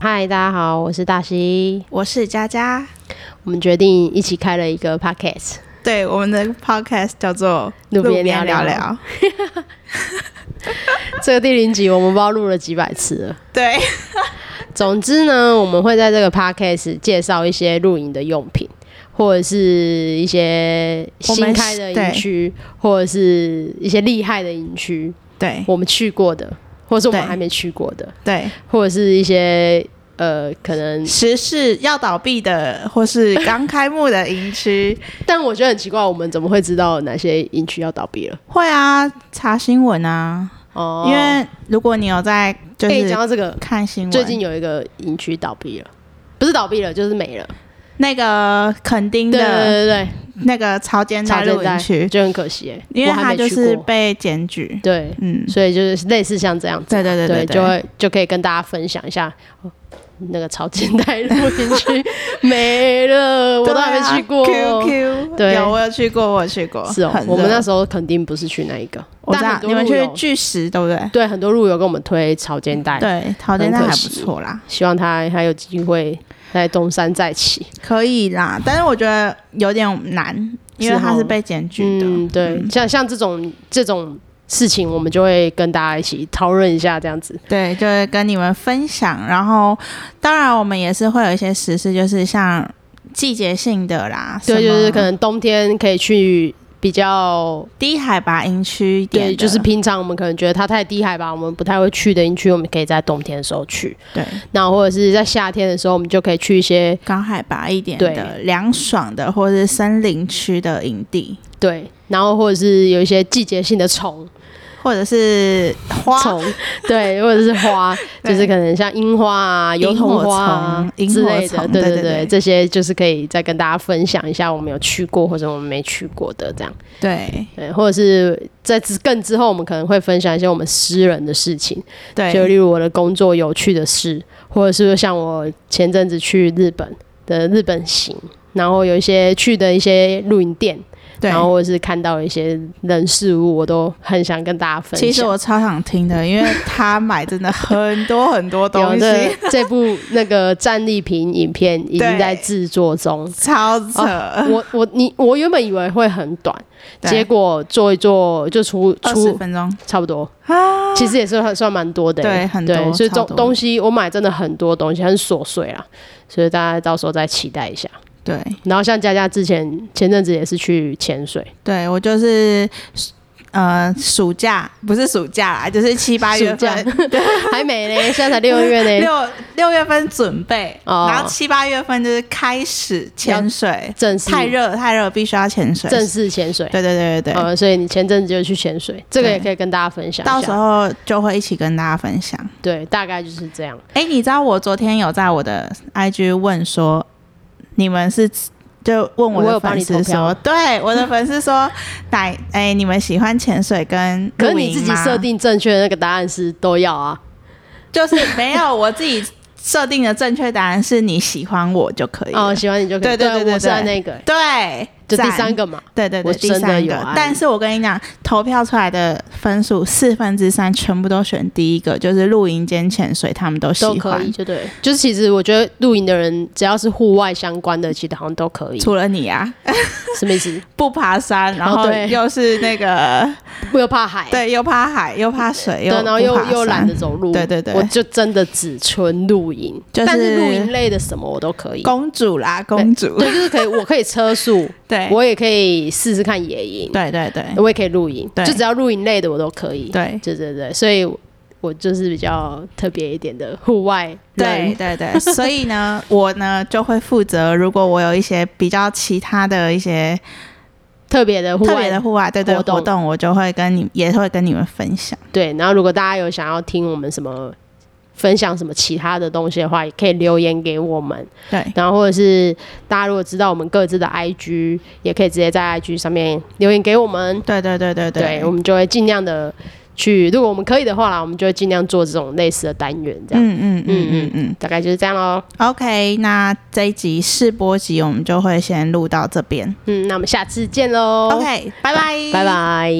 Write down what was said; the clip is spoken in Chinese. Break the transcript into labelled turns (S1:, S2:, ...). S1: 嗨，大家好，我是大西。
S2: 我是佳佳，
S1: 我们决定一起开了一个 podcast，
S2: 对，我们的 podcast 叫做
S1: 路边聊聊
S2: 聊，
S1: 这个第零集我们不知道录了几百次了。
S2: 对，
S1: 总之呢，我们会在这个 podcast 介绍一些露营的用品，或者是一些新开的
S2: 我们
S1: 营区，或者是一些厉害的营区，
S2: 对，
S1: 我们去过的，或者是我们
S2: 对
S1: 还没去过的，
S2: 对，
S1: 或者是一些呃可能
S2: 时事要倒闭的或是刚开幕的营区，
S1: 但我觉得很奇怪，我们怎么会知道哪些营区要倒闭了？
S2: 会啊，查新闻啊，
S1: 哦
S2: 因为如果你有在就
S1: 哎、讲
S2: 是
S1: 到这个，
S2: 看新闻，
S1: 最近有一个营区倒闭了，不是倒闭了，就是没了。
S2: 那个垦丁
S1: 对对
S2: 的
S1: 对对
S2: 那个潮间
S1: 对，
S2: 带露营
S1: 带
S2: 区，
S1: 就很可惜、欸，
S2: 因为
S1: 我还
S2: 它
S1: 没
S2: 就
S1: 去
S2: 是
S1: 过
S2: 被检举，
S1: 对，
S2: 嗯，
S1: 所以就是类似像这样子，
S2: 对对对对
S1: 就会就可以跟大家分享一下。哦那个潮间带露营 区没了，我都还没去过。
S2: QQ，
S1: 对
S2: 有我有去过，我有去过，
S1: 是哦
S2: 啊很，热
S1: 我们那时候肯定不是去那一个，
S2: 我知
S1: 但
S2: 道
S1: 很多
S2: 你们
S1: 路
S2: 去
S1: 友
S2: 巨石对不对？
S1: 对很多路友跟我们推潮间带，
S2: 对，桃
S1: 哎很
S2: 间那
S1: 可
S2: 还不
S1: 惜
S2: 错啦，
S1: 希望他还有机会在东山再起。
S2: 可以啦，但是我觉得有点难，因为
S1: 是
S2: 它是
S1: 哦
S2: 被检举的。
S1: 嗯，对，像像这种这种事情，我们就会跟大家一起讨论一下，这样子。
S2: 对，就是跟你们分享。然后，当然我们也是会有一些实事，就是像季节性的啦，
S1: 对，
S2: 什
S1: 就
S2: 么
S1: 是可能冬天可以去比较，
S2: 低海拔营区一点
S1: 对，
S2: 的
S1: 就是平常我们可能觉得它太低海拔，我们不太会去的营区，我们可以在冬天的时候去。
S2: 对
S1: 那或者是在夏天的时候，我们就可以去一些
S2: 高海拔一点
S1: 对
S2: 的、凉爽的，或者是森林区的营地，
S1: 对，然后或者是有一些季节性的虫
S2: 或者是花
S1: 虫， 对，或者是花，
S2: 对
S1: 就是可能像樱花啊、油桐花啊
S2: 萤火
S1: 之
S2: 虫
S1: 类
S2: 萤火
S1: 的，
S2: 虫
S1: 对
S2: 对
S1: 对
S2: 对
S1: 对，
S2: 对
S1: 这些就是可以再跟大家分享一下我们有去过或者我们没去过的这样，
S2: 对
S1: 对，或者是在之更之后，我们可能会分享一些我们私人的事情，就
S2: 对
S1: 例如我的工作有趣的事，或者是像我前阵子去日本的日本行，然后有一些去的一些露营店，
S2: 对
S1: 然。后或者是看到一些人事物，我都很想跟大家分享。
S2: 其实我超想听的，因为他买真的很多很多
S1: 有
S2: 东西，
S1: 这这部那个战利品影片已经在制作中。
S2: 超
S1: 哦
S2: 扯。
S1: 我我你我原本以为会很短，
S2: 啊对
S1: 结果做一做就出
S2: 二十
S1: 出
S2: 分钟
S1: 差不多，
S2: 啊，
S1: 其实也是很算蛮多的、
S2: 对很
S1: 对，
S2: 多
S1: 所以东
S2: 超多
S1: 东西我买真的很多东西，很琐碎啦，所以大家到时候再期待一下。
S2: 对
S1: 然后像佳佳之前前阵子也是去潜水，
S2: 对，我就是呃暑假不是暑假啦，就是七八月
S1: 暑假
S2: 份
S1: 还没嘞，现在才六月呢，
S2: 哎 六六月份准备，
S1: 哦
S2: 然后七八月份就是开始潜水，
S1: 正式
S2: 太热太热必须要潜水，
S1: 正式潜水，
S2: 对对对对对，
S1: 呃，所以你前阵子就去潜水，这个也
S2: 对
S1: 可以跟大家分享一下。
S2: 到时候就会一起跟大家分享。
S1: 对，大概就是这样。
S2: 哎，你知道我昨天有在我的 IG 问说，你们是就问我
S1: 我有
S2: 的
S1: 帮
S2: 粉
S1: 你投
S2: 丝
S1: 票
S2: 说，对我的粉丝说，哪哎你们喜欢潜水跟
S1: 可是
S2: 露
S1: 哦你
S2: 营
S1: 自己
S2: 吗
S1: 设定正确的那个答案是都要啊，
S2: 就是没有我自己设定的正确答案是你喜欢我就可以了
S1: 哦，喜欢你就可以。
S2: 呃对对对对
S1: 我是按
S2: 对
S1: 那个、欸，
S2: 对，
S1: 就第
S2: 赞
S1: 三，个嘛。
S2: 对对
S1: 我
S2: 对，第
S1: 真的
S2: 三
S1: 有
S2: 个
S1: 爱。
S2: 但是我跟你讲，投票出来的分数四分之三全部都选第一个，就是露营间潜水，他们都喜
S1: 都可以，
S2: 欢，
S1: 就对，就是其实我觉得露营的人只要是户外相关的，其实好像都可以。
S2: 除了你啊，
S1: 什么意思？
S2: 不爬山，然
S1: 哦
S2: 后
S1: 对
S2: 又是那个。
S1: 不又怕海，
S2: 对，又怕海，又怕水，
S1: 对，
S2: 又
S1: 然后又
S2: 不爬
S1: 又懒
S2: 山
S1: 得走路，
S2: 对对对
S1: 我就真的只纯露营，
S2: 就是
S1: 但是露营类的什么我都可以。
S2: 公主啦，公主，
S1: 对，就是可以，我可以车速，
S2: 对，
S1: 我也可以试试看野营，
S2: 对对对
S1: 我也可以露营，
S2: 对
S1: 就只要露营类的我都可以。
S2: 对
S1: 对对对，所以我就是比较特别一点的户外
S2: 对
S1: 人。
S2: 对对， 所以呢，我呢就会负责，如果我有一些比较其他的一些
S1: 特别的户
S2: 特别
S1: 外
S2: 的户外对对
S1: 活
S2: 活
S1: 动
S2: 动，我就会跟你也会跟你们分享。
S1: 对，然后如果大家有想要听我们什么分享什么其他的东西的话，也可以留言给我们。
S2: 对
S1: 然后或者是大家如果知道我们各自的 IG，也可以直接在 IG 上面留言给我们，
S2: 对对对对嗯
S1: 对我们就会尽量的去，如果我们可以的话啦，我们就会尽量做这种类似的单元，这样、
S2: 嗯嗯嗯嗯嗯
S1: 大概就是这样喽。
S2: ，OK，那这一集试播集我们就会先录到这边、
S1: 嗯，那我们下次见喽
S2: o k 拜拜，
S1: 拜拜。